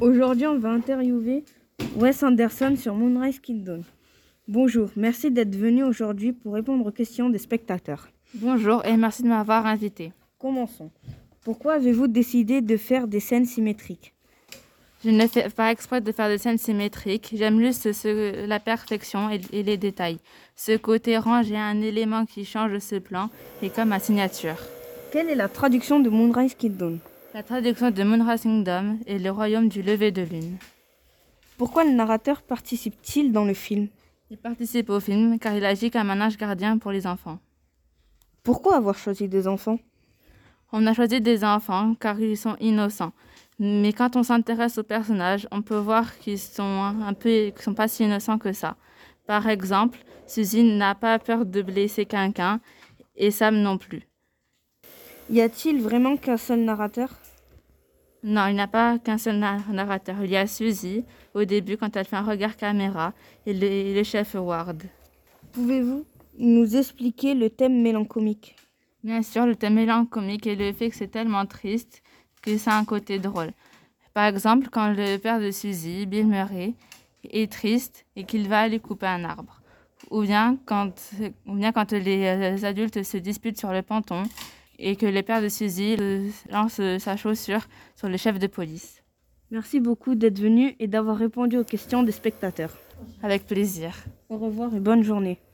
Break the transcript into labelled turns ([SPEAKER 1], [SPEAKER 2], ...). [SPEAKER 1] Aujourd'hui, on va interviewer Wes Anderson sur Moonrise Kingdom. Bonjour, merci d'être venu aujourd'hui pour répondre aux questions des spectateurs.
[SPEAKER 2] Bonjour et merci de m'avoir invité.
[SPEAKER 1] Commençons. Pourquoi avez-vous décidé de faire des scènes symétriques
[SPEAKER 2] Je ne fais pas exprès de faire des scènes symétriques. J'aime juste ce- la perfection et, et les détails. Ce côté range est un élément qui change ce plan et comme ma signature.
[SPEAKER 1] Quelle est la traduction de Moonrise Kingdom
[SPEAKER 2] La traduction de Moonrise Kingdom est le royaume du lever de lune.
[SPEAKER 1] Pourquoi le narrateur participe-t-il dans le film
[SPEAKER 2] Il participe au film car il agit comme un ange gardien pour les enfants.
[SPEAKER 1] Pourquoi avoir choisi des enfants
[SPEAKER 2] On a choisi des enfants car ils sont innocents. Mais quand on s'intéresse aux personnages, on peut voir qu'ils sont un peu, qu'ils sont pas si innocents que ça. Par exemple, Suzy n'a pas peur de blesser quelqu'un et Sam non plus.
[SPEAKER 1] Y a-t-il vraiment qu'un seul narrateur
[SPEAKER 2] Non, il n'y a pas qu'un seul nar- narrateur. Il y a Suzy au début quand elle fait un regard caméra et le, et le chef Ward.
[SPEAKER 1] Pouvez-vous nous expliquer le thème mélancomique
[SPEAKER 2] Bien sûr, le thème mélancolique et le fait que c'est tellement triste que ça a un côté drôle. Par exemple, quand le père de Suzy, Bill Murray, est triste et qu'il va aller couper un arbre. Ou bien quand, ou bien quand les euh, adultes se disputent sur le ponton et que le père de Suzy euh, lance sa chaussure sur le chef de police.
[SPEAKER 1] Merci beaucoup d'être venu et d'avoir répondu aux questions des spectateurs.
[SPEAKER 2] Avec plaisir.
[SPEAKER 1] Au revoir et bonne journée.